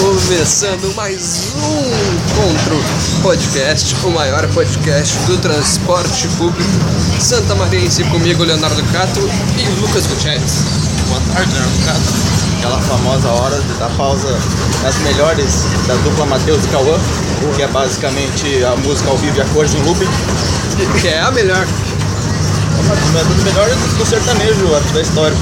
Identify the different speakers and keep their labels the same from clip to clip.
Speaker 1: começando mais um Encontro Podcast, o maior podcast do transporte público Santa Mariense, comigo Leonardo Cato e Lucas Gutierrez.
Speaker 2: Boa tarde, Leonardo Cato. Aquela famosa hora de dar pausa nas melhores da dupla Matheus e Cauã, que é basicamente a música ao vivo e acordes em looping.
Speaker 1: Que é a melhor.
Speaker 2: Uma das melhores do sertanejo acho, da história.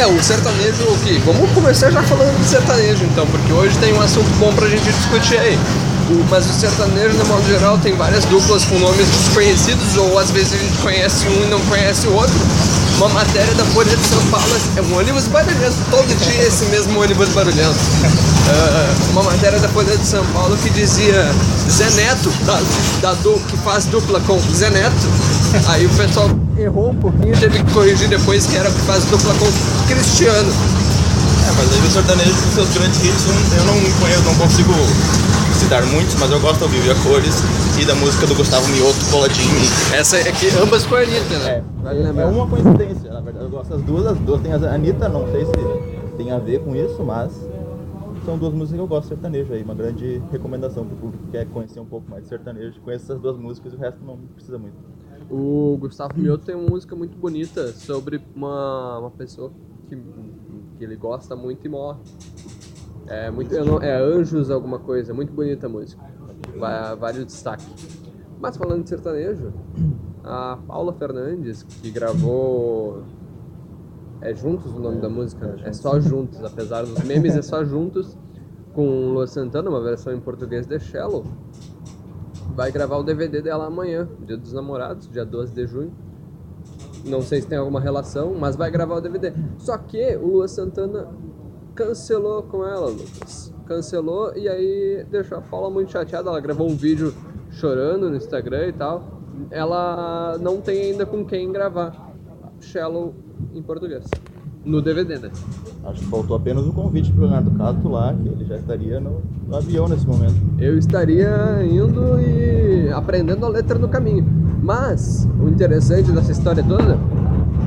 Speaker 1: É, o sertanejo que. Vamos começar já falando de sertanejo então, porque hoje tem um assunto bom pra gente discutir aí. O- mas o sertanejo, no modo geral, tem várias duplas com nomes desconhecidos, ou às vezes a gente conhece um e não conhece o outro. Uma matéria da Folha de São Paulo é um ônibus barulhento, todo dia é esse mesmo ônibus barulhento. Ah, uma matéria da Folha de São Paulo que dizia Zé Neto, da, da du- que faz dupla com Zé Neto. Aí o pessoal errou um pouquinho, teve que corrigir depois que era que faz dupla com Cristiano.
Speaker 2: É, mas aí o sertanejo com seus grandes hits, eu- eu não conheço, não consigo citar muitos, mas eu gosto ao vivo e acordes e da música do Gustavo Mioto, Coladinho.
Speaker 1: Essa é que ambas com a Anitta, né? Vale
Speaker 2: É
Speaker 1: lembrar.
Speaker 2: uma coincidência, na verdade. Eu gosto das duas, as duas tem as. A Anitta, não sei se tem a ver com isso, mas são duas músicas que eu gosto de sertanejo aí. Uma grande recomendação pro público que quer conhecer um pouco mais de sertanejo. Conheça essas duas músicas e o resto não precisa muito.
Speaker 1: O Gustavo Mioto tem uma música muito bonita sobre uma, uma pessoa que, que ele gosta muito e morre. É, muito, eu não- é Anjos alguma coisa, muito bonita a música. Va- Vale o destaque. Mas falando de sertanejo, a Paula Fernandes, que gravou. É Juntos o nome da música, né? É só Juntos, apesar dos memes, é só Juntos, com o Luan Santana, uma versão em português de Shallow vai gravar o DVD dela amanhã, Dia dos Namorados, dia 12 de junho. Não sei se tem alguma relação, mas vai gravar o DVD. Só que o Lua Santana cancelou com ela, Lucas. Cancelou e aí deixou a Paula muito chateada. Ela gravou um vídeo chorando no Instagram e tal. Ela não tem ainda com quem gravar Shallow em português. No DVD, né?
Speaker 2: Acho que faltou apenas o convite pro Leonardo Cato lá, que ele já estaria no, no avião nesse momento.
Speaker 1: eu estaria indo e aprendendo a letra no caminho. Mas o interessante dessa história toda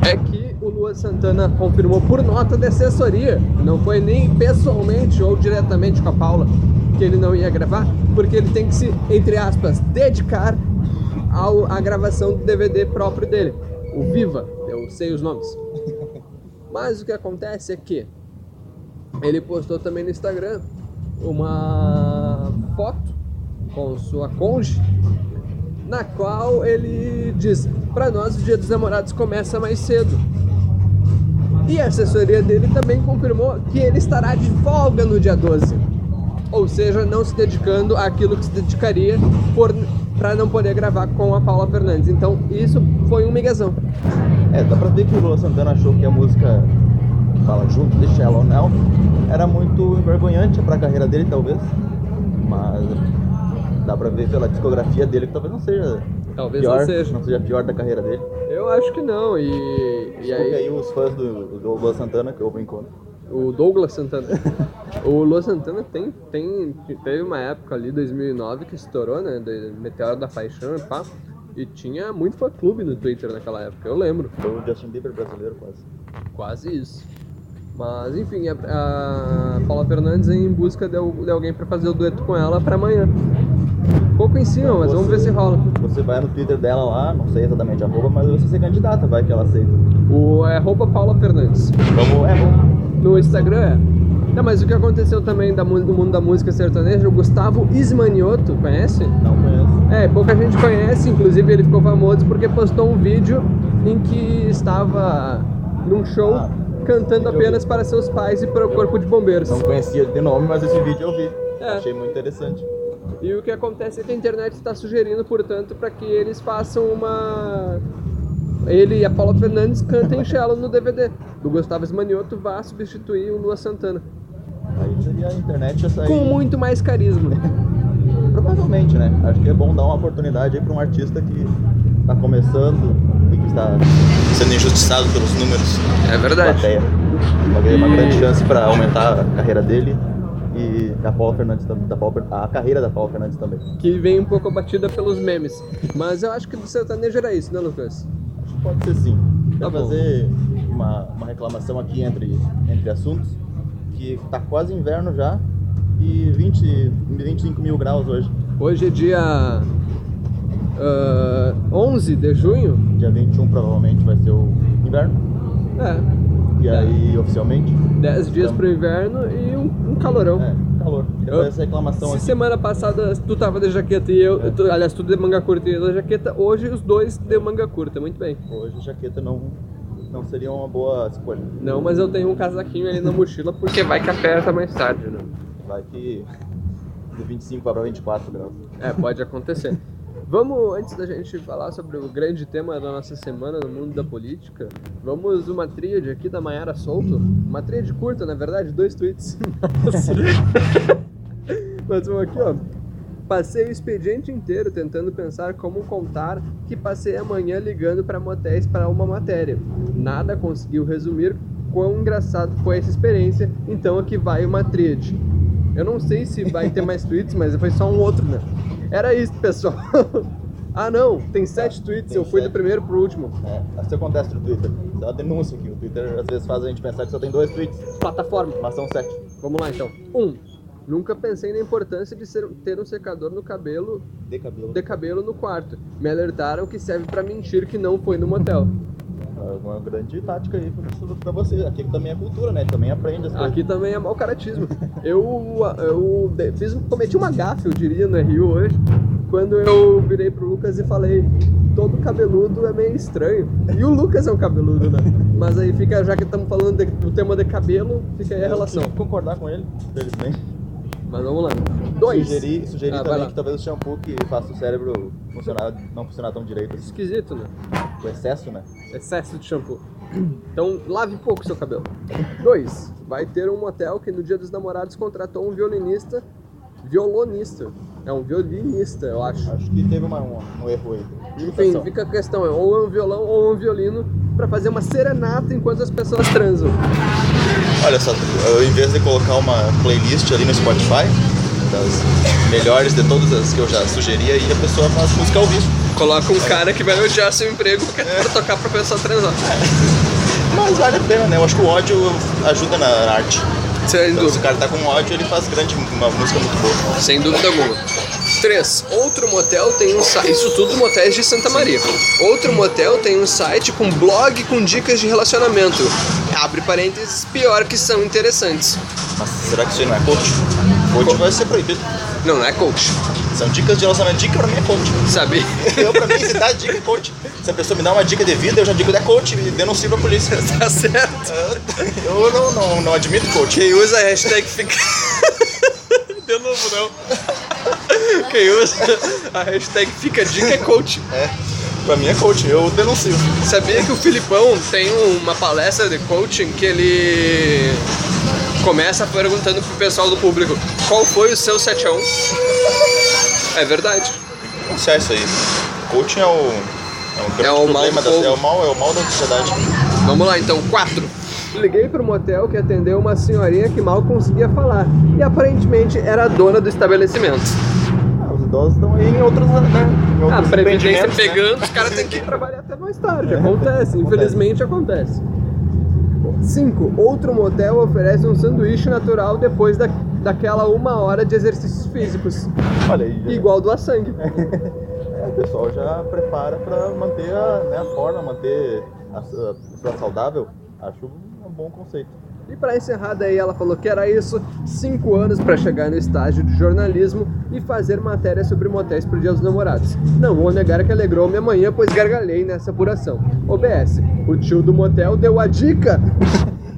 Speaker 1: é que o Luan Santana confirmou por nota de assessoria, não foi nem pessoalmente ou diretamente com a Paula que ele não ia gravar, porque ele tem que se, entre aspas, dedicar ao, à gravação do DVD próprio dele, o Viva, eu sei os nomes. Mas o que acontece é que ele postou também no Instagram uma foto com sua conge, na qual ele diz: Pra nós o Dia dos Namorados começa mais cedo. E a assessoria dele também confirmou que ele estará de folga no dia 12. Ou seja, não se dedicando àquilo que se dedicaria para não poder gravar com a Paula Fernandes. Então, isso foi um migazão.
Speaker 2: É, dá pra ver que o Lula Santana achou que a música que fala junto de Shallow Now era muito envergonhante pra carreira dele, talvez. Mas dá pra ver pela discografia dele que talvez não seja
Speaker 1: Talvez
Speaker 2: pior,
Speaker 1: não seja.
Speaker 2: não seja a pior da carreira dele.
Speaker 1: Eu acho que não. E, e
Speaker 2: E aí, os fãs do, do Lula Santana que eu vou encontro.
Speaker 1: O Douglas Santana. o Luan Santana tem, tem, teve uma época ali, 2009, que estourou, né? de- Meteoro da Paixão e pá. E tinha muito fã-clube no Twitter naquela época, eu lembro.
Speaker 2: Foi o Justin Bieber um brasileiro quase.
Speaker 1: Quase isso. Mas, enfim, a, a Paula Fernandes em busca de, al- de alguém pra fazer o dueto com ela pra amanhã. Pouco em cima, mas vamos ver se rola.
Speaker 2: Você vai no Twitter dela lá, não sei exatamente a roupa, mas você se candidata, vai que ela aceita.
Speaker 1: O, é arroba Paula Fernandes.
Speaker 2: Vamos, é bom.
Speaker 1: No Instagram é. Não, mas o que aconteceu também da mu- do mundo da música sertaneja, o Gustavo Ismanioto, conhece?
Speaker 2: Não conheço.
Speaker 1: É, pouca gente conhece, inclusive ele ficou famoso porque postou um vídeo em que estava num show
Speaker 2: Ah,
Speaker 1: cantando
Speaker 2: eu vi.
Speaker 1: apenas para seus pais e para o corpo de bombeiros.
Speaker 2: Não conhecia ele de nome, mas esse vídeo eu vi.
Speaker 1: É.
Speaker 2: Achei muito interessante.
Speaker 1: E o que acontece é que a internet está sugerindo, portanto, para que eles façam uma. Ele e a Paula Fernandes cantem Shallow no DVD. O Gustavo Esmanioto vai substituir o Lua Santana.
Speaker 2: Aí seria a internet ia sair.
Speaker 1: Com muito mais carisma.
Speaker 2: Provavelmente, né? Acho que é bom dar uma oportunidade aí pra um artista que tá começando e que está sendo injustiçado pelos números
Speaker 1: É
Speaker 2: da plateia. Vai ganhar uma
Speaker 1: E-
Speaker 2: grande chance pra aumentar a carreira dele e da Paula Fernandes também. Da Paula, Fer- a carreira da Paula Fernandes também.
Speaker 1: Que vem um pouco abatida pelos memes. Mas eu acho que do sertanejo era isso, né, Lucas?
Speaker 2: Acho que pode ser sim.
Speaker 1: Tá
Speaker 2: Quero
Speaker 1: bom.
Speaker 2: fazer uma, uma reclamação aqui entre, entre assuntos, que tá quase inverno já e 20, 25 mil graus hoje,
Speaker 1: Hoje é dia ah, 11 de junho.
Speaker 2: dia 21 provavelmente vai ser o inverno,
Speaker 1: É,
Speaker 2: e
Speaker 1: É.
Speaker 2: aí oficialmente,
Speaker 1: 10 dias
Speaker 2: Então.
Speaker 1: pro inverno e um, um calorão.
Speaker 2: é, calor. E
Speaker 1: Eu-
Speaker 2: Depois dessa reclamação
Speaker 1: Se
Speaker 2: aqui,
Speaker 1: semana passada tu tava de jaqueta e eu,
Speaker 2: É.
Speaker 1: tu- aliás, tu de manga curta e eu de jaqueta, hoje os dois de manga curta, muito bem.
Speaker 2: hoje jaqueta não, não seria uma boa escolha,
Speaker 1: Não, mas eu tenho um casaquinho ali na mochila porque vai que aperta mais tarde, né?
Speaker 2: vai que de 25 vai pra 24 graus.
Speaker 1: É, pode acontecer. Vamos, antes da gente falar sobre o grande tema da nossa semana no mundo da política, vamos uma tríade aqui da Maiara Souto. Uma tríade curta, na verdade, dois tweets. Mas- Mas vamos aqui, ó. Passei o expediente inteiro tentando pensar como contar que passei amanhã ligando para motéis para uma matéria. Nada conseguiu resumir quão engraçado foi essa experiência, então aqui vai uma tríade. Eu não sei se vai ter mais tweets, mas foi só um outro, né? Era isso, pessoal. ah, não, tem sete tweets,
Speaker 2: Tá, Tem
Speaker 1: eu fui do
Speaker 2: sete.
Speaker 1: primeiro pro último.
Speaker 2: É, isso acontece no Twitter. Isso é uma denúncia aqui. O Twitter às vezes faz a gente pensar que só tem dois tweets,
Speaker 1: Plataforma.
Speaker 2: mas são sete.
Speaker 1: Vamos lá então. Um. Nunca pensei na importância de ser- ter um secador no cabelo
Speaker 2: De cabelo.
Speaker 1: de cabelo no quarto. Me alertaram que serve pra mentir que não foi no motel.
Speaker 2: É uma grande tática aí pra- pra você. Aqui também é cultura, né? Também aprende as coisas.
Speaker 1: Aqui também é mau caratismo. Eu, eu de- fiz, cometi uma gafe, eu diria, no Rio hoje, quando eu virei pro Lucas e falei: todo cabeludo é meio estranho. E o Lucas é um cabeludo, né? Mas aí fica, já que estamos falando de- do tema de cabelo, fica aí a
Speaker 2: Eu
Speaker 1: é relação.
Speaker 2: tive que concordar com ele, infelizmente.
Speaker 1: Mas vamos lá. Dois.
Speaker 2: Sugeri, sugeri
Speaker 1: Ah, vai
Speaker 2: também
Speaker 1: lá.
Speaker 2: que tá talvez o shampoo que faça o cérebro funcionar, não funcionar tão direito, assim,
Speaker 1: Esquisito, né?
Speaker 2: com excesso, né?
Speaker 1: excesso de shampoo. Então, lave pouco seu cabelo. Dois, vai ter um motel que no dia dos namorados contratou um violinista, violonista. É um violinista, eu acho.
Speaker 2: Acho que teve uma, um, um erro aí.
Speaker 1: Enfim, fica a questão, é ou é um violão ou um violino pra fazer uma serenata enquanto as pessoas transam.
Speaker 2: Olha só, eu, em vez de colocar uma playlist ali no Spotify, das melhores de todas as que eu já sugeri, aí a pessoa faz música ao vivo.
Speaker 1: Coloca um cara que vai odiar seu emprego porque é pra tocar pra pessoa transar.
Speaker 2: Mas vale a pena, né? Eu acho que o ódio ajuda na arte.
Speaker 1: Sem
Speaker 2: Então, se o cara tá com ódio, ele faz grande, uma música muito boa.
Speaker 1: Sem dúvida alguma. 3. Outro motel tem um site. Isso tudo motéis de Santa Maria. Outro motel tem um site com blog com dicas de relacionamento. Abre parênteses, pior que são interessantes.
Speaker 2: Mas será que isso aí não é coach? Coach vai ser proibido.
Speaker 1: Não, não é coach.
Speaker 2: São dicas de relacionamento. Dica pra mim é coach.
Speaker 1: Sabe?
Speaker 2: Eu, pra mim, se dá dica, é coach. Se a pessoa me dá uma dica de vida, eu já digo, é coach, e denuncio pra polícia.
Speaker 1: Tá certo.
Speaker 2: Eu não, não, não admito coach.
Speaker 1: Quem usa a hashtag fica. De novo, não. Quem usa a hashtag fica dica é coach.
Speaker 2: É, pra mim é coach, eu denuncio.
Speaker 1: Sabia que o Filipão tem uma palestra de coaching que ele começa perguntando pro pessoal do público qual foi o seu 7 a 1 É verdade.
Speaker 2: Isso é isso aí. Coaching é o. É, um grande
Speaker 1: É o mal
Speaker 2: problema
Speaker 1: do
Speaker 2: da-
Speaker 1: povo.
Speaker 2: é o mal, é o mal da sociedade.
Speaker 1: Vamos lá então, 4. Liguei pro motel que atendeu uma senhorinha que mal conseguia falar e aparentemente era a dona do estabelecimento.
Speaker 2: Ah, os idosos estão aí em outros, né? Em
Speaker 1: A
Speaker 2: outros
Speaker 1: Ah, previdência
Speaker 2: empreendimentos, né?
Speaker 1: pegando, os caras têm que trabalhar até mais tarde.
Speaker 2: É,
Speaker 1: Acontece,
Speaker 2: acontece.
Speaker 1: infelizmente acontece. 5. Outro motel oferece um sanduíche natural depois da, daquela uma hora de exercícios físicos.
Speaker 2: Olha aí.
Speaker 1: Igual doar sangue.
Speaker 2: É, o pessoal já prepara pra manter a, né, a forma, manter a, a pessoa saudável. Acho um bom conceito.
Speaker 1: E pra encerrar daí, ela falou que era isso, cinco anos pra chegar no estágio de jornalismo e fazer matéria sobre motéis pro Dia dos Namorados. Não vou negar que alegrou minha manhã, pois gargalhei nessa apuração. OBS, o tio do motel deu a dica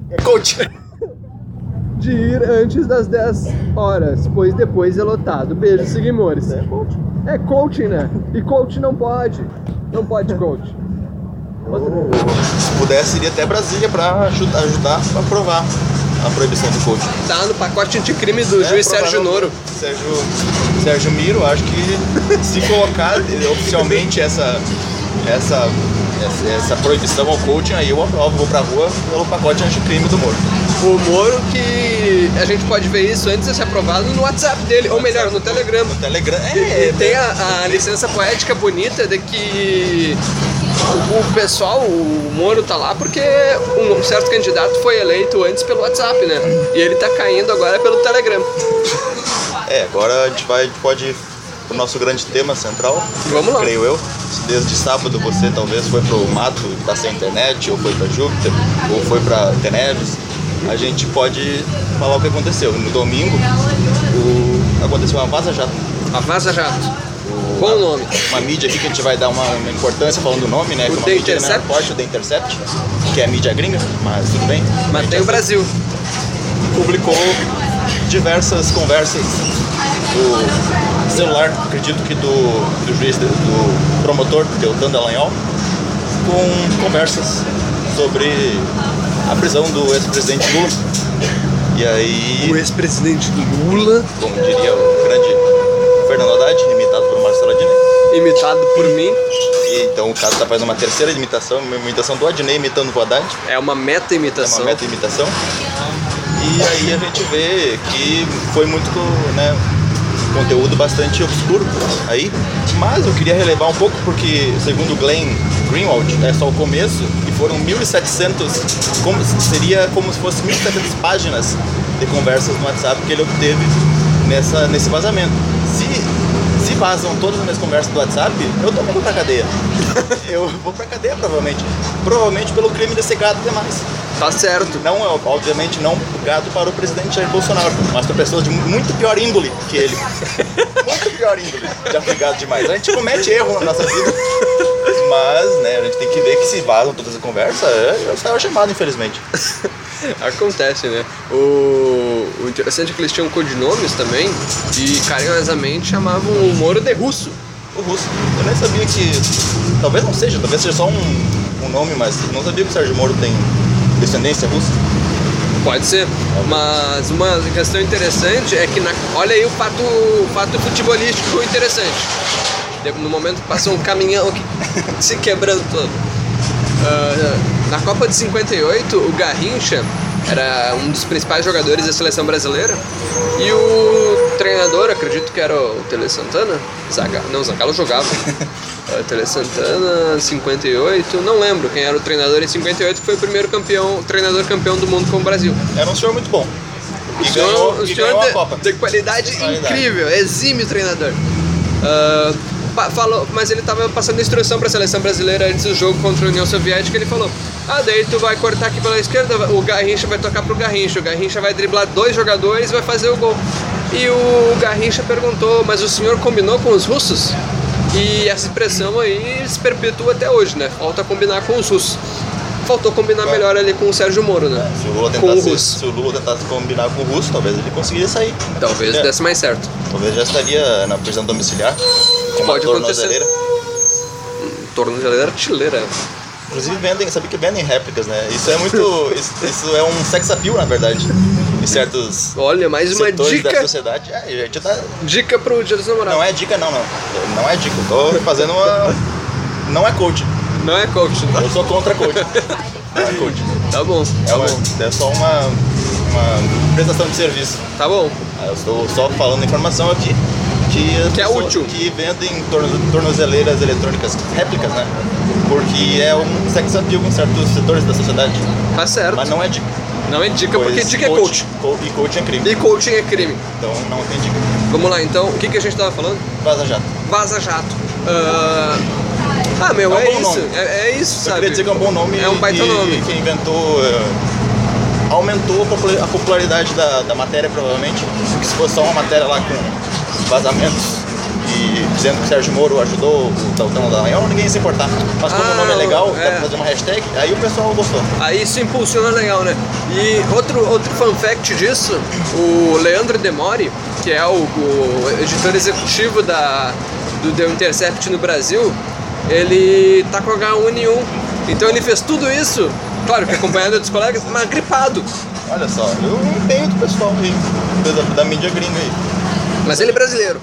Speaker 2: É coach!
Speaker 1: de ir antes das 10 horas, pois depois é lotado. Beijo, Seguimores.
Speaker 2: É coach.
Speaker 1: É coaching, né? E coach não pode. Não pode coach. Outra-
Speaker 2: Se pudesse, iria até Brasília pra ajudar, ajudar pra provar a proibição do coach.
Speaker 1: Tá no pacote anticrime do
Speaker 2: É, provavelmente, Sérgio, Sérgio Miro, acho que se colocar eh, oficialmente essa, essa, essa, essa proibição ao coaching, aí eu aprovo, vou pra rua pelo pacote anticrime do Moro.
Speaker 1: O Moro que a gente pode ver isso antes de ser aprovado no WhatsApp dele, ou melhor, no Telegram.
Speaker 2: No Telegram, é,
Speaker 1: E tem a, a licença poética bonita de que o pessoal, o Moro tá lá porque um certo candidato foi eleito antes pelo WhatsApp, né? E ele tá caindo agora pelo Telegram.
Speaker 2: Agora a gente vai, pode ir pro nosso grande tema central.
Speaker 1: Vamos lá.
Speaker 2: Creio eu. Se Desde sábado você talvez foi pro mato e tá sem internet, ou foi pra Júpiter, ou foi pra Teneves. A gente pode falar o que aconteceu. No domingo, o- aconteceu uma vaza jato.
Speaker 1: A Vaza Jato. Qual o nome?
Speaker 2: Uma mídia aqui que a gente vai dar uma, uma importância falando o nome, né? que é uma
Speaker 1: The
Speaker 2: mídia que não é
Speaker 1: Intercept?
Speaker 2: forte, o The Intercept, que é a mídia gringa, mas tudo bem.
Speaker 1: Mas tem o Brasil.
Speaker 2: publicou diversas conversas do celular, acredito que do, do juiz, do promotor, Deltan Dallagnol, com conversas sobre a prisão do ex-presidente Lula. E aí,
Speaker 1: ex-presidente Lula,
Speaker 2: como diria o grande Fernando Haddad, imitado por Marcelo Adnet,
Speaker 1: imitado por mim,
Speaker 2: e então o cara está fazendo uma terceira imitação, uma imitação do Adnet imitando o Haddad.
Speaker 1: é uma
Speaker 2: é uma
Speaker 1: meta-imitação.
Speaker 2: meta imitação. E aí a gente vê que foi muito, né, conteúdo bastante obscuro aí. Mas eu queria relevar um pouco porque, segundo Glenn Greenwald, é só o começo e foram 1.700, como, seria como se fosse 1.700 páginas de conversas no WhatsApp que ele obteve nessa, nesse vazamento. Se, se vazam todas as minhas conversas do WhatsApp, eu também vou pra cadeia. eu vou pra cadeia provavelmente. Provavelmente pelo crime de ser gado demais
Speaker 1: Tá certo.
Speaker 2: não é, obviamente, não gato para o presidente Jair Bolsonaro, mas para pessoas de muito pior índole que ele. muito pior índole. Já fui gato demais. A gente comete erro na nossa vida. Mas, né, a gente tem que ver que se vazam toda essa conversa, eu saio é chamado, infelizmente.
Speaker 1: Acontece, né? O, o interessante é que eles tinham codinomes também e carinhosamente chamavam o Moro de russo.
Speaker 2: O russo. Eu nem sabia que. Talvez não seja, talvez seja só um, um nome, mas não sabia que o Sérgio Moro tem descendência russa.
Speaker 1: Pode ser, mas uma questão interessante é que na, olha aí o fato, o fato futebolístico interessante. De- No momento que passou um caminhão aqui, se quebrando todo. Ah, na Copa de 58, o Garrincha era um dos principais jogadores da seleção brasileira e o treinador, acredito que era o Tele Santana, Zaga, não, Zagallo jogava. Ah, Tele Santana, 58, não lembro quem era o treinador em 58, que foi o primeiro campeão, treinador campeão do mundo com o Brasil.
Speaker 2: Era um senhor muito bom.
Speaker 1: O
Speaker 2: E
Speaker 1: senhor,
Speaker 2: ganhou,
Speaker 1: o
Speaker 2: e
Speaker 1: senhor
Speaker 2: ganhou
Speaker 1: de,
Speaker 2: a Copa.
Speaker 1: de qualidade
Speaker 2: Qualidade.
Speaker 1: incrível, exime treinador. Ah, pa- falou, mas ele estava passando instrução para a seleção brasileira antes do jogo contra a União Soviética. Ele falou: Ah, daí tu vai cortar aqui pela esquerda, o Garrincha vai tocar pro Garrincha, o Garrincha vai driblar dois jogadores e vai fazer o gol. E o Garrincha perguntou: Mas o senhor combinou com os russos? E essa expressão aí se perpetua até hoje, né? Falta combinar com os russos. Faltou combinar melhor ali com o Sérgio Moro, né?
Speaker 2: É, Se o, Lula
Speaker 1: com o
Speaker 2: tentasse,
Speaker 1: russo.
Speaker 2: se o Lula tentasse combinar com o russo, talvez ele conseguiria sair.
Speaker 1: Talvez
Speaker 2: É.
Speaker 1: desse mais certo.
Speaker 2: Talvez já estaria na prisão domiciliar. Com uma
Speaker 1: Pode
Speaker 2: tornozeleira.
Speaker 1: tornozeleira artilheira.
Speaker 2: Inclusive vendem, sabia que vendem réplicas, né? Isso é muito. isso, isso é um sex appeal, na verdade. Em certos
Speaker 1: Olha, mais uma
Speaker 2: setores da
Speaker 1: dica. Tá.
Speaker 2: sociedade. É, a gente tá-
Speaker 1: Dica pro Dia dos Namorados.
Speaker 2: Não é dica não, não. Não é dica. Eu tô fazendo uma. Não é coach.
Speaker 1: Não é coach, tá?
Speaker 2: Eu sou contra coach. Não é coach.
Speaker 1: Tá bom,
Speaker 2: É,
Speaker 1: tá
Speaker 2: uma,
Speaker 1: bom,
Speaker 2: é só uma, uma prestação de serviço.
Speaker 1: tá bom.
Speaker 2: Ah, Eu estou só falando informação aqui que, as
Speaker 1: Que é
Speaker 2: pessoas
Speaker 1: útil.
Speaker 2: Que vendem torno- tornozeleiras eletrônicas réplicas, né? Porque é um sex appeal em certos setores da sociedade.
Speaker 1: Tá certo.
Speaker 2: Mas não é dica.
Speaker 1: Não é dica, porque
Speaker 2: pois
Speaker 1: dica é coach.
Speaker 2: co- e coach é crime.
Speaker 1: E coaching é crime.
Speaker 2: Então não tem dica.
Speaker 1: Vamos lá, então. O que, que a gente tava falando?
Speaker 2: Vaza jato.
Speaker 1: Vaza Jato. Ah, ah, meu,
Speaker 2: É um
Speaker 1: é,
Speaker 2: bom
Speaker 1: isso.
Speaker 2: nome.
Speaker 1: É, é isso,
Speaker 2: Eu
Speaker 1: sabe?
Speaker 2: queria dizer que é um bom nome.
Speaker 1: É um baita
Speaker 2: e
Speaker 1: nome.
Speaker 2: Quem inventou. eh, aumentou a popula- a popularidade da, da matéria, provavelmente. Porque se fosse só uma matéria lá com vazamentos e dizendo que o Sérgio Moro ajudou o Daltão da Leão, ninguém ia se importar. Mas como
Speaker 1: Ah,
Speaker 2: o nome é legal, dá
Speaker 1: é.
Speaker 2: pra fazer uma hashtag, aí o pessoal gostou.
Speaker 1: Aí isso impulsiona legal, né? E outro, outro fun fact disso, o Leandro Demore, que é o, o editor executivo da, do The Intercept no Brasil, ele tá com H1N1. Então ele fez tudo isso, claro que acompanhado dos colegas, mas gripado.
Speaker 2: Olha só, eu entendo do pessoal aí, da, da mídia gringa aí.
Speaker 1: Mas ele é brasileiro.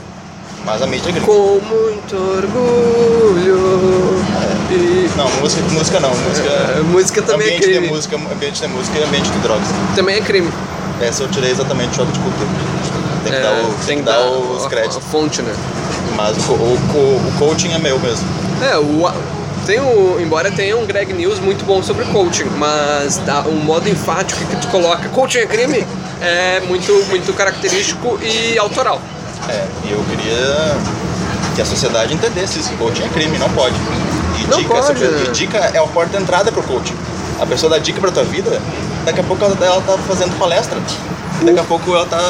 Speaker 2: Mas a mídia gringa.
Speaker 1: Com muito orgulho. E
Speaker 2: Não, música, música não. Música,
Speaker 1: É, música também é
Speaker 2: ambiente
Speaker 1: crime.
Speaker 2: de música, ambiente de música e ambiente de drogas.
Speaker 1: também é crime.
Speaker 2: Essa eu tirei exatamente o choque de cultura. Tem que
Speaker 1: É,
Speaker 2: dar, o- tem que dar os
Speaker 1: a-
Speaker 2: créditos.
Speaker 1: A fonte, né?
Speaker 2: Mas o, co- o, co- o coaching é meu mesmo.
Speaker 1: É, o, tem o, embora tenha um Greg News muito bom sobre coaching, mas dá um modo enfático que tu coloca coaching é crime é muito, muito característico e autoral.
Speaker 2: É, e eu queria que a sociedade entendesse isso. Coaching é crime, não pode. E,
Speaker 1: Não
Speaker 2: dica, é
Speaker 1: pode,
Speaker 2: sobre-
Speaker 1: né?
Speaker 2: e dica é a porta de entrada pro coaching. A pessoa dá dica pra tua vida, daqui a pouco ela ela tá fazendo palestra. E daqui a pouco ela tá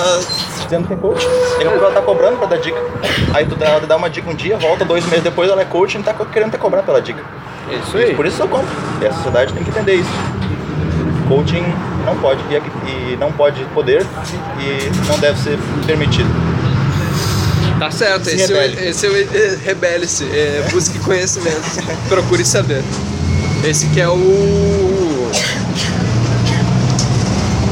Speaker 2: dizendo que é coach. Daqui a pouco ela tá cobrando pra dar dica. Aí tu dá, ela dá uma dica um dia, volta dois meses depois, ela é coach e tá co- querendo te cobrar pela dica.
Speaker 1: É isso aí.
Speaker 2: Por isso eu compro. E a sociedade tem que entender isso. Coaching não pode e, e não pode poder e não deve ser permitido.
Speaker 1: Tá certo,
Speaker 2: Se
Speaker 1: esse, é o-
Speaker 2: rebele.
Speaker 1: esse é o é, rebele-se, é, busque conhecimento, procure saber. Esse que é o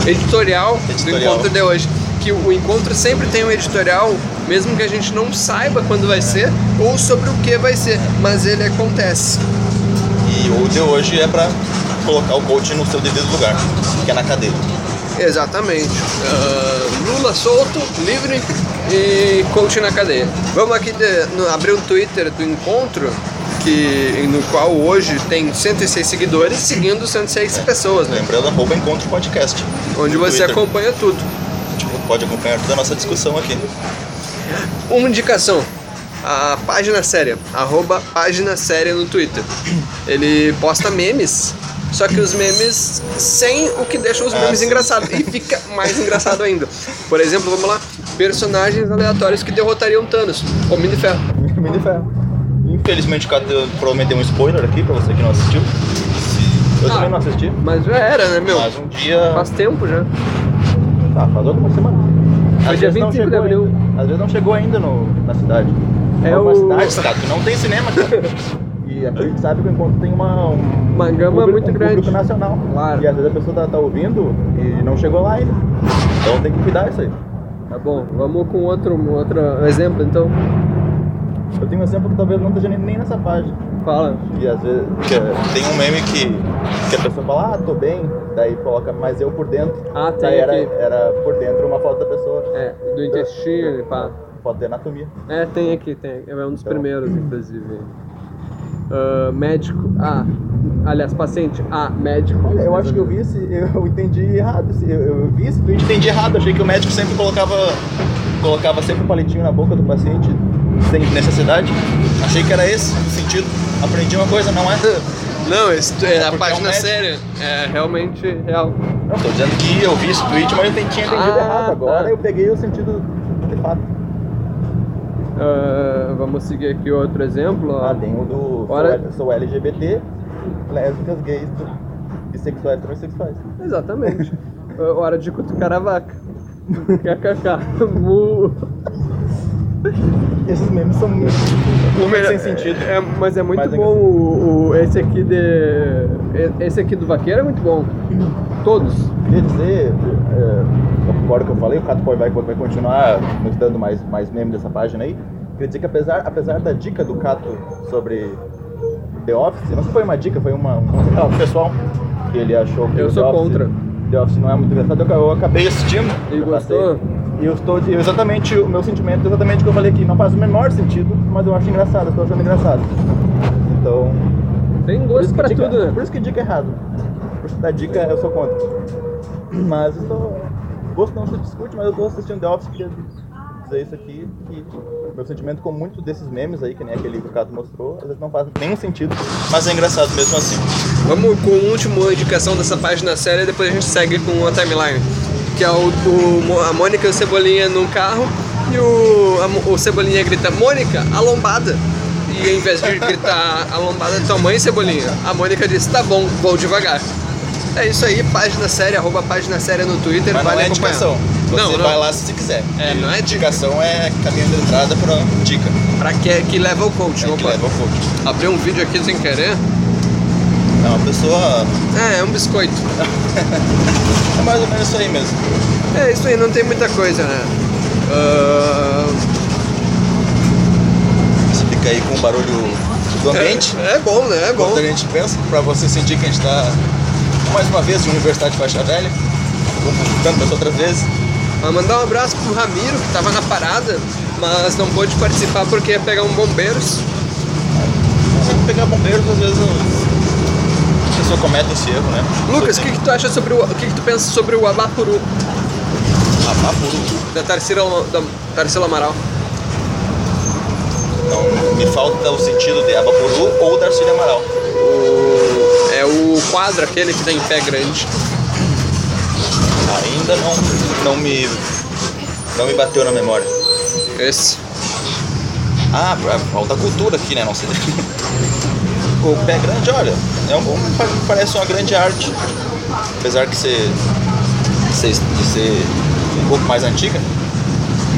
Speaker 1: editorial, do
Speaker 2: Editorial.
Speaker 1: encontro de hoje. Que o encontro sempre tem um editorial, mesmo que a gente não saiba quando vai ser ou sobre o que vai ser, mas ele acontece.
Speaker 2: E o de hoje é pra colocar o coaching no seu devido lugar, que é na cadeia.
Speaker 1: Exatamente. Ah, Lula solto, livre e coach na cadeia. Vamos aqui de- no- abrir o Twitter do encontro, que, no qual hoje tem 106 seguidores, seguindo 106 pessoas, né?
Speaker 2: Lembrando, arroba encontro podcast.
Speaker 1: Onde
Speaker 2: No
Speaker 1: você
Speaker 2: Twitter.
Speaker 1: acompanha tudo.
Speaker 2: Tipo, pode acompanhar toda a nossa discussão aqui.
Speaker 1: Uma indicação. A página séria, arroba página séria no Twitter. Ele posta memes, só que os memes sem o que deixa os
Speaker 2: Ah,
Speaker 1: memes
Speaker 2: sim.
Speaker 1: engraçados. E fica mais engraçado ainda. Por exemplo, vamos lá, personagens aleatórios que derrotariam Thanos. Homem de Ferro.
Speaker 2: Mini ferro. Infelizmente, o cara deu- provavelmente deu um spoiler aqui pra você que não assistiu. Eu
Speaker 1: Ah.
Speaker 2: também não assisti.
Speaker 1: Mas já era, né, meu?
Speaker 2: Mas um dia.
Speaker 1: Faz tempo já.
Speaker 2: Ah, faz alguma semana.
Speaker 1: Foi
Speaker 2: Às
Speaker 1: dia
Speaker 2: vezes não
Speaker 1: 25 de
Speaker 2: chegou
Speaker 1: abril.
Speaker 2: ainda. Às vezes não chegou ainda no, na cidade.
Speaker 1: É
Speaker 2: Algumas
Speaker 1: o-
Speaker 2: cidades, cara, que não tem cinema, cara. E a gente sabe que o encontro tem uma. Um,
Speaker 1: Uma gama
Speaker 2: público-
Speaker 1: é muito
Speaker 2: um
Speaker 1: grande.
Speaker 2: Público nacional.
Speaker 1: Claro.
Speaker 2: E às vezes a pessoa tá, tá ouvindo e não chegou lá ainda. Então tem que cuidar isso aí.
Speaker 1: Tá bom, vamos com outro, um outro exemplo então.
Speaker 2: Eu tenho um exemplo que talvez não esteja nem, nem nessa página.
Speaker 1: Fala.
Speaker 2: E às vezes. que- tem um meme que, que a pessoa fala, ah, tô bem. Daí coloca, mas eu por dentro.
Speaker 1: Ah, tem
Speaker 2: Daí era,
Speaker 1: aqui.
Speaker 2: era por dentro uma foto da pessoa.
Speaker 1: É, do intestino e pá.
Speaker 2: Foto de anatomia.
Speaker 1: É, tem aqui, tem. aqui. É um dos
Speaker 2: Então.
Speaker 1: primeiros, inclusive. Ah, médico A. Aliás, paciente A, médico.
Speaker 2: Olha, eu acho que eu vi esse, eu entendi errado. esse- Eu, eu vi esse tweet. Entendi errado, achei que o médico sempre colocava colocava sempre o palitinho na boca do paciente sem necessidade. Achei que era esse o sentido. Aprendi uma coisa, não é.
Speaker 1: Não, isso é a
Speaker 2: Porque é um
Speaker 1: página
Speaker 2: médico.
Speaker 1: séria. É realmente real.
Speaker 2: Não, tô dizendo que eu vi esse tweet, mas eu te- tinha entendido
Speaker 1: Ah,
Speaker 2: errado. Agora
Speaker 1: tá.
Speaker 2: eu peguei o sentido de fato.
Speaker 1: Ah, vamos seguir aqui outro exemplo. ó.
Speaker 2: Ah, tem o do sou,
Speaker 1: Ora-
Speaker 2: L- sou LGBT, lésbicas, gays, bissexuais, transexuais.
Speaker 1: Exatamente. Ah, Hora de cutucar a vaca. KKK. Mu.
Speaker 2: Esses memes são muito, muito sem sentido.
Speaker 1: É, mas é muito
Speaker 2: Mas é
Speaker 1: bom o, o- esse aqui de. e- Esse aqui do vaqueiro é muito bom. Todos.
Speaker 2: Queria dizer, é, fora o que eu falei, o Cato Boy vai, vai continuar nos dando mais, mais meme dessa página aí. Queria dizer que apesar, apesar da dica do Cato sobre The Office, não foi uma dica, foi uma, um sei lá, um pessoal que ele achou que
Speaker 1: Eu
Speaker 2: o
Speaker 1: sou
Speaker 2: The Office-
Speaker 1: contra.
Speaker 2: The Office não é muito engraçado, eu, eu acabei assistindo.
Speaker 1: E
Speaker 2: eu passei.
Speaker 1: gostou?
Speaker 2: E eu estou de, exatamente o meu sentimento, é exatamente o que eu falei aqui. Não faz o menor sentido, mas eu acho engraçado, eu estou achando engraçado. Então.
Speaker 1: Tem
Speaker 2: Por
Speaker 1: gosto
Speaker 2: isso que
Speaker 1: pra
Speaker 2: dica-
Speaker 1: tudo, né?
Speaker 2: Por isso que dica é errado. Por isso que da dica eu sou contra. Mas eu tô. Gosto não se discute, mas eu tô assistindo The Office queria dizer isso aqui. E meu sentimento com muito desses memes aí, que nem aquele que o Cato mostrou, às vezes não faz nenhum sentido. Mas é engraçado mesmo assim.
Speaker 1: Vamos com a última indicação dessa página séria e depois a gente segue com a timeline. Que é o, o Mo- a Mônica e o Cebolinha num carro e o, a Mo- o Cebolinha grita, Mônica, a lombada. E ao invés de gritar a lombada de tua mãe, Cebolinha, a Mônica diz, tá bom, vou devagar. É isso aí, página séria, arroba página séria no Twitter,
Speaker 2: Mas não
Speaker 1: vale
Speaker 2: é
Speaker 1: acompanhar.
Speaker 2: indicação. Você
Speaker 1: não, não.
Speaker 2: vai lá se você quiser.
Speaker 1: É, não é dica.
Speaker 2: Indicação é caminho de entrada pra dica.
Speaker 1: Pra que, que leva o coach,
Speaker 2: É que
Speaker 1: opa.
Speaker 2: leva ao fogo.
Speaker 1: Abri um vídeo aqui sem querer.
Speaker 2: Não, a pessoa.
Speaker 1: É, é um biscoito.
Speaker 2: É mais ou menos isso aí mesmo.
Speaker 1: É isso aí, não tem muita coisa, né? Ah, Ahn,
Speaker 2: Você fica aí com o barulho do ambiente.
Speaker 1: É, é bom, né? É bom.
Speaker 2: Quando a gente pensa, pra você sentir que a gente tá mais uma vez de Universidade de Faixa Velha, como tantas outras vezes.
Speaker 1: Mas mandar um abraço pro Ramiro, que tava na parada, mas não pôde participar porque ia pegar um bombeiros.
Speaker 2: Você pegar bombeiros, às vezes a pessoa comete esse erro, né?
Speaker 1: Lucas, o que, que tu acha sobre o. O que, que tu pensa sobre o Abapuru
Speaker 2: Ah, papo.
Speaker 1: da Tarsila, da Tarsila Amaral?
Speaker 2: Então, me falta o sentido de Abapuru ou Darcílio Amaral.
Speaker 1: O- É o quadro aquele que tem pé grande.
Speaker 2: Ainda não, não me não me bateu na memória.
Speaker 1: Esse.
Speaker 2: Ah, pra- falta cultura aqui, né? Não sei. O pé grande, olha, é um, pa- parece uma grande arte. Apesar de ser, de ser, de ser um pouco mais antiga,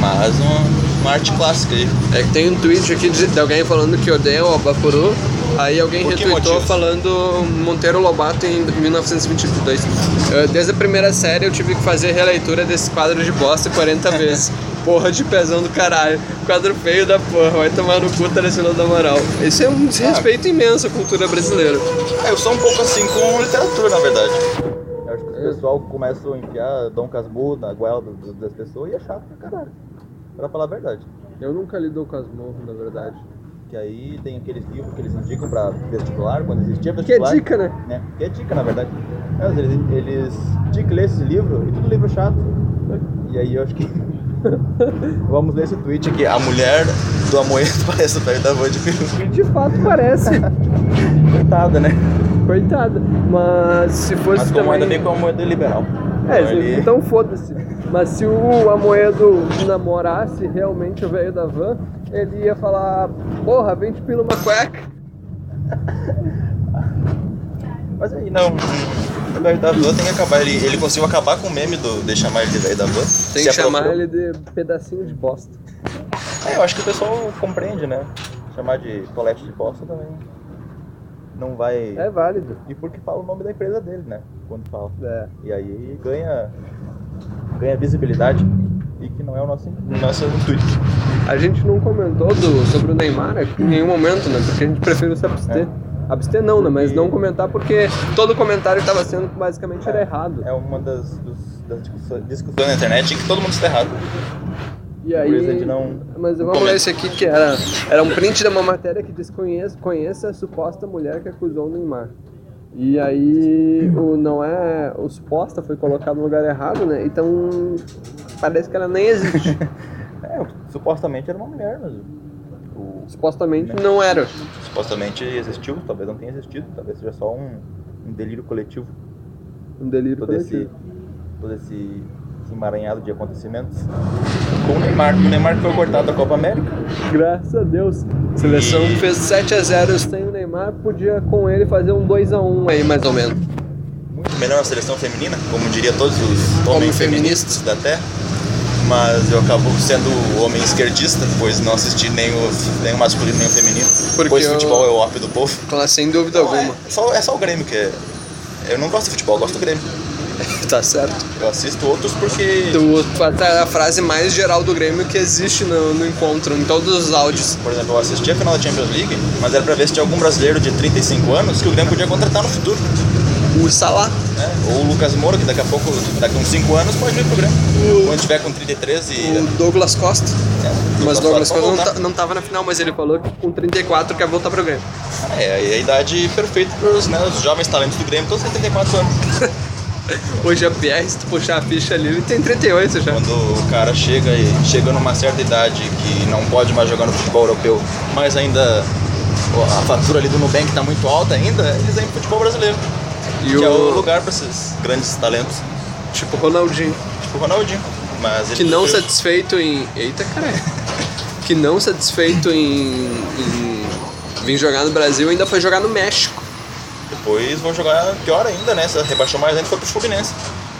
Speaker 2: mas uma, uma arte clássica aí.
Speaker 1: É que tem um tweet aqui de, de alguém falando que odeia o Abapuru. Aí alguém
Speaker 2: Por que
Speaker 1: retweetou
Speaker 2: motivo?
Speaker 1: falando Monteiro Lobato em 1922. Eh, Desde a primeira série eu tive que fazer releitura desse quadro de bosta 40 vezes. Porra de pezão do caralho. Quadro feio da porra. Vai tomar no cu, Tarecino da Moral. Isso é um desrespeito imenso à cultura brasileira.
Speaker 2: Ah, eu sou um pouco assim com literatura, na verdade. Eu acho que os pessoal começam a enfiar Dom Casmurro na goela do- do- das pessoas e é chato pra caralho. Pra falar a verdade.
Speaker 1: Eu nunca lido com as morras, na verdade.
Speaker 2: Que aí tem aqueles livros que eles indicam pra vestibular, quando existia
Speaker 1: Que é
Speaker 2: vestibular.
Speaker 1: dica, né?
Speaker 2: né? Que é dica, na verdade. É, mas eles, eles tinham que ler esses livros, e tudo livro chato. E aí eu acho que. Vamos ler esse tweet aqui. A mulher do Amoedo parece o velho da van de peru.
Speaker 1: De fato parece.
Speaker 2: Coitada, né?
Speaker 1: Coitada. Mas se fosse
Speaker 2: Mas
Speaker 1: também...
Speaker 2: comanda bem com o Amoedo é liberal.
Speaker 1: É,
Speaker 2: Então ele-
Speaker 1: então foda-se. Mas se o Amoedo namorasse realmente o velho da van, ele ia falar: Porra, vem te pila uma cueca.
Speaker 2: Mas aí, não. O velho da van tem que acabar. Ele, ele conseguiu acabar com o meme do, de chamar ele de velho da van.
Speaker 1: Tem
Speaker 2: Se
Speaker 1: que chamar
Speaker 2: apropriou.
Speaker 1: ele de pedacinho de bosta.
Speaker 2: É, eu acho que o pessoal compreende, né? Chamar de colete de bosta também. Não vai.
Speaker 1: É válido.
Speaker 2: E porque fala o nome da empresa dele, né? Quando fala.
Speaker 1: É.
Speaker 2: E aí ganha, ganha visibilidade e que não é o nosso, nosso intuito.
Speaker 1: A gente não comentou do- sobre o Neymar aqui em nenhum momento, né? Porque a gente preferiu se abster. Abster não, né? Mas não comentar porque todo comentário que tava sendo basicamente era errado.
Speaker 2: É uma das, dos- das discussões, discussões na internet em que todo mundo está errado.
Speaker 1: E
Speaker 2: Por isso a gente
Speaker 1: aí.
Speaker 2: não.
Speaker 1: Mas vamos ler esse aqui que era, era um print de uma matéria que diz conheça, conheça a suposta mulher que acusou o Neymar. E aí o não é o suposta foi colocado no lugar errado, né? Então parece que ela nem existe.
Speaker 2: É, supostamente era uma mulher, mas. o-
Speaker 1: Supostamente
Speaker 2: Né?
Speaker 1: não era.
Speaker 2: supostamente existiu, talvez não tenha existido, talvez seja só um, um delírio coletivo.
Speaker 1: Um delírio
Speaker 2: Todo esse,
Speaker 1: coletivo.
Speaker 2: todo esse, esse emaranhado de acontecimentos. Com o Neymar. O Neymar foi cortado da Copa América.
Speaker 1: Graças a Deus. A seleção fez 7 a 0 sem o Neymar, podia com ele fazer um 2 a 1 aí mais ou menos.
Speaker 2: muito melhor a seleção feminina, como diria todos os
Speaker 1: Homem
Speaker 2: homens feministas da Terra. Mas eu acabo sendo homem esquerdista, pois não assisti nem o, nem o masculino nem o feminino.
Speaker 1: Porque
Speaker 2: pois
Speaker 1: eu-
Speaker 2: futebol é o ópio do povo.
Speaker 1: Claro, Então, assim, sem dúvida
Speaker 2: Não,
Speaker 1: alguma.
Speaker 2: É, só, é só o Grêmio que é. Eu não gosto de futebol, eu gosto do Grêmio.
Speaker 1: Tá certo.
Speaker 2: Eu assisto outros porque.
Speaker 1: Tu- tá a frase mais geral do Grêmio que existe no, no encontro, em todos os áudios.
Speaker 2: Por exemplo, eu assisti a final da Champions League, mas era pra ver se tinha algum brasileiro de 35 anos que o Grêmio podia contratar no futuro.
Speaker 1: O Salah.
Speaker 2: Né? Ou o Lucas Moura, que daqui a pouco, daqui a uns 5 anos, pode vir pro Grêmio. Quando tiver com 33 e.
Speaker 1: O Douglas Costa.
Speaker 2: é,
Speaker 1: Mas
Speaker 2: Lucas
Speaker 1: Douglas
Speaker 2: Moura,
Speaker 1: Costa não,
Speaker 2: voltar.
Speaker 1: tá- não tava na final, mas ele falou que com 34 quer voltar pro Grêmio.
Speaker 2: É, e a idade perfeita para os, né, os jovens talentos do Grêmio, todos têm 34 anos.
Speaker 1: Hoje a Pierre, se tu puxar a ficha ali, ele tem 38 já.
Speaker 2: Quando o cara chega e chega numa certa idade que não pode mais jogar no futebol europeu, mas ainda a fatura ali do Nubank tá muito alta ainda, eles vêm pro futebol brasileiro.
Speaker 1: E
Speaker 2: que é
Speaker 1: o-
Speaker 2: o lugar para esses grandes talentos,
Speaker 1: Tipo, Ronaldinho.
Speaker 2: tipo o Ronaldinho. Mas ele
Speaker 1: Que não
Speaker 2: preferiu-
Speaker 1: satisfeito em. Eita caralho. Que não satisfeito em. em vir jogar no Brasil, ainda foi jogar no México.
Speaker 2: Depois vão jogar pior ainda, né? Se rebaixou mais ainda, foi pro Fluminense.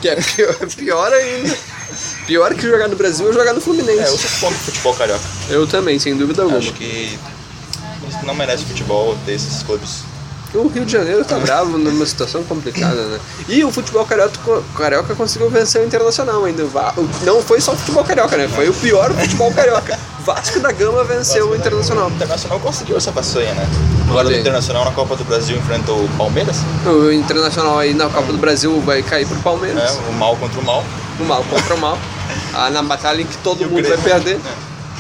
Speaker 1: Que é pior, pior ainda. Pior que jogar no Brasil é jogar no
Speaker 2: É, eu
Speaker 1: Fluminense.
Speaker 2: sou contra o futebol carioca.
Speaker 1: É, eu também, sem dúvida alguma.
Speaker 2: Acho que isso não merece futebol desses clubes.
Speaker 1: O Rio de Janeiro
Speaker 2: É.
Speaker 1: tá bravo numa situação complicada, né? E o futebol carioca, carioca conseguiu vencer o Internacional ainda. Va- o- Não foi só o futebol carioca, né? Foi o pior futebol carioca. Vasco da Gama venceu É o Internacional.
Speaker 2: O Internacional conseguiu essa façanha, né? Agora o
Speaker 1: Sim.
Speaker 2: Internacional na Copa do Brasil enfrentou o Palmeiras,
Speaker 1: O Internacional aí na Copa do Brasil vai cair pro
Speaker 2: né?
Speaker 1: Palmeiras.
Speaker 2: O mal contra o mal.
Speaker 1: O mal contra o mal. Ah, na batalha em que todo
Speaker 2: É. E o
Speaker 1: mundo
Speaker 2: Grêmio,
Speaker 1: vai perder.
Speaker 2: né?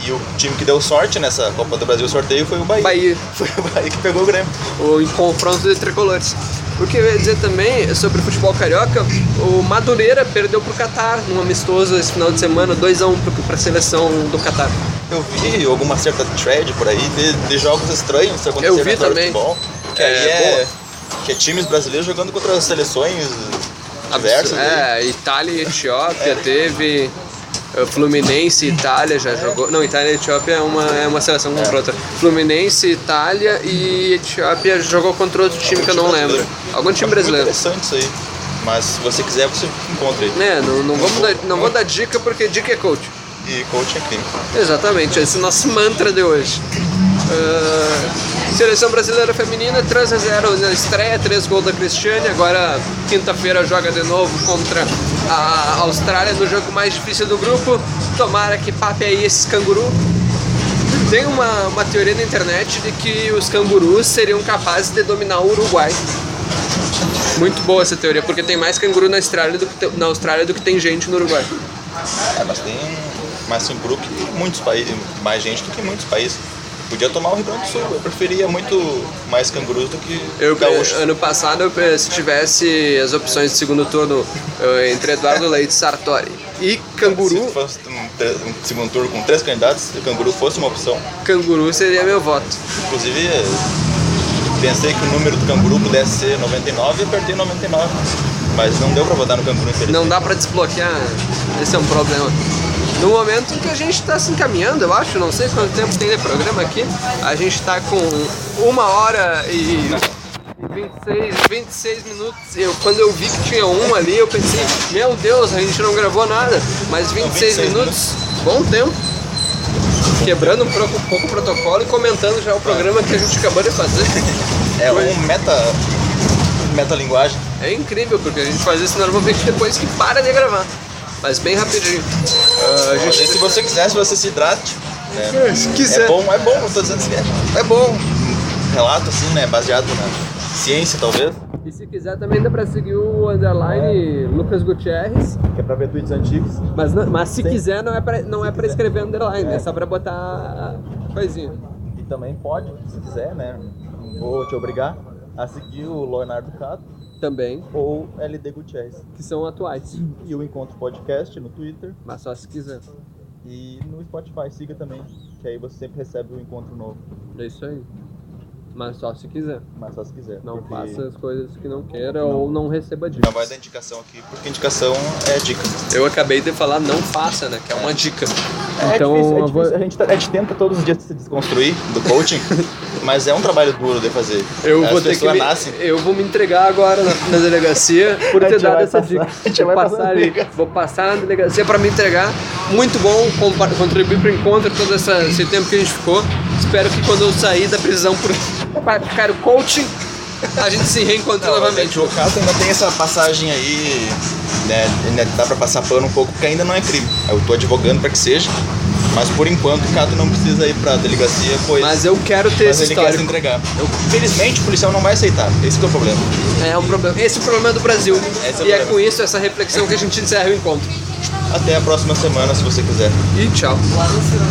Speaker 2: E o time que deu sorte nessa Copa do Brasil sorteio foi o Bahia.
Speaker 1: Bahia,
Speaker 2: Foi o Bahia que pegou o Grêmio.
Speaker 1: o em confronto de tricolores. O que eu ia dizer também é sobre o futebol carioca, o Madureira perdeu pro Catar num amistoso esse final de semana, 2x1 um pro- pra seleção do Catar.
Speaker 2: Eu vi alguma certa thread por aí de, de jogos estranhos que aconteceram
Speaker 1: vi
Speaker 2: na história do
Speaker 1: também.
Speaker 2: futebol. Que
Speaker 1: É,
Speaker 2: aí é,
Speaker 1: boa.
Speaker 2: que é times brasileiros jogando contra seleções
Speaker 1: Absurdo.
Speaker 2: diversas. né?
Speaker 1: É, Itália e Etiópia teve. eh, Fluminense e Itália já jogou. Não, Itália e Etiópia é uma, é uma seleção contra outra. Fluminense, Itália e Etiópia jogou contra outro time que eu não
Speaker 2: time
Speaker 1: lembro.
Speaker 2: brasileiro.
Speaker 1: Algum time
Speaker 2: Acho muito
Speaker 1: brasileiro.
Speaker 2: interessante isso aí. Mas se você quiser, você encontra aí.
Speaker 1: Né, não, não, vamos dar- não vou dar dica porque dica é coach.
Speaker 2: E coaching é crime.
Speaker 1: Exatamente, esse é o nosso mantra de hoje. Ah, seleção brasileira feminina, 3 a 0 na estreia, 3 gols da Cristiane. Agora, quinta-feira, joga de novo contra a Austrália no jogo mais difícil do grupo. Tomara que pape aí esses canguru. Tem uma, uma teoria na internet de que os cangurus seriam capazes de dominar o Uruguai. Muito boa essa teoria, porque tem mais canguru na Austrália do que, tem- na Austrália do que tem gente no Uruguai.
Speaker 2: É, mas tem mais um grupo que tem muitos países, mais gente do que muitos países. Podia tomar o Rio Grande do Sul. Eu preferia muito mais cangurus do que é,
Speaker 1: Eu,
Speaker 2: gaúchos.
Speaker 1: ano passado, eu- se tivesse as opções de segundo turno eh, entre Eduardo Leite e Sartori e
Speaker 2: Se
Speaker 1: canguru,
Speaker 2: fosse um, tre- um segundo turno com três candidatos, se o canguru fosse uma opção.
Speaker 1: canguru seria meu voto.
Speaker 2: Inclusive, eh, pensei que o número do canguru pudesse ser 99 e apertei 99. Mas não deu pra votar no canguru, infelizmente.
Speaker 1: Não dá pra desbloquear, esse é um problema. No momento em que a gente tá se encaminhando, eu acho, não sei quanto tempo tem de programa aqui, a gente tá com uma hora e 26, 26 minutos. Eu, quando eu vi que tinha um ali, eu pensei, meu Deus, a gente não gravou nada, mas 26,
Speaker 2: 26
Speaker 1: minutos, bom tempo. Quebrando um pouco, um pouco o protocolo e comentando já o programa que a gente acabou de fazer.
Speaker 2: É um meta. metalinguagem.
Speaker 1: É incrível, porque a gente faz isso normalmente depois que para de gravar. Mas bem rapidinho. Ah, a
Speaker 2: Gente, se você quiser, se você se hidrate. né?
Speaker 1: Se
Speaker 2: É bom, é bom, eu tô dizendo assim, é, é bom. Um Relato assim, né? Baseado na ciência, talvez.
Speaker 1: E se quiser também dá pra seguir o underline Lucas Gutierrez.
Speaker 2: Que é pra ver tweets antigos.
Speaker 1: Mas, não- mas se
Speaker 2: Sim.
Speaker 1: quiser não é pra, não é pra escrever underline, é.
Speaker 2: É.
Speaker 1: só pra botar coisinha.
Speaker 2: E também pode, se quiser, né? Não vou te obrigar a seguir o Leonardo Cato
Speaker 1: Também,
Speaker 2: ou LD Gutierrez.
Speaker 1: que são atuais.
Speaker 2: E o Encontro Podcast no Twitter
Speaker 1: Mas só se quiser.
Speaker 2: e no Spotify. Siga também, que aí você sempre recebe o encontro novo.
Speaker 1: É isso aí. Mas só se quiser.
Speaker 2: Mas só se quiser.
Speaker 1: Não
Speaker 2: porque
Speaker 1: faça as coisas que não queira ou não receba
Speaker 2: Não
Speaker 1: dicas.
Speaker 2: vai dar indicação aqui, porque indicação é dica.
Speaker 1: Eu acabei de falar não faça, né? Que é uma dica.
Speaker 2: É
Speaker 1: então
Speaker 2: difícil, é
Speaker 1: eu vou-
Speaker 2: difícil. A, gente tá- a gente tenta todos os dias se desconstruir do coaching, mas é um trabalho duro de fazer.
Speaker 1: Eu
Speaker 2: As
Speaker 1: vou ter que
Speaker 2: pessoas
Speaker 1: me,
Speaker 2: nascem.
Speaker 1: eu vou me entregar agora na, na delegacia por
Speaker 2: A
Speaker 1: ter
Speaker 2: gente
Speaker 1: dado
Speaker 2: vai
Speaker 1: essa
Speaker 2: passar-
Speaker 1: dica.
Speaker 2: a gente
Speaker 1: Vou
Speaker 2: vai passar
Speaker 1: passar
Speaker 2: na
Speaker 1: ali,
Speaker 2: delegacia.
Speaker 1: vou passar na delegacia para me entregar. Muito bom compa- contribuir para o encontro todo essa, esse tempo que a gente ficou. Espero que quando eu sair da prisão por para ficar o coaching, a gente se reencontre
Speaker 2: Não, mas é
Speaker 1: novamente.
Speaker 2: que O caso ainda tem essa passagem aí, né, né, dá pra passar pano um pouco, porque ainda não é crime. Eu tô advogando pra que seja, mas por enquanto o Cato não precisa ir pra delegacia, pois
Speaker 1: Mas eu quero ter
Speaker 2: mas
Speaker 1: esse
Speaker 2: ele quer
Speaker 1: histórico.
Speaker 2: se entregar. Eu- felizmente o policial não vai aceitar, esse que é o problema.
Speaker 1: É um problema. Esse é o problema do Brasil.
Speaker 2: Esse é o
Speaker 1: e é
Speaker 2: problema.
Speaker 1: com isso, essa reflexão que a gente encerra o encontro.
Speaker 2: Até a próxima semana, se você quiser.
Speaker 1: E tchau.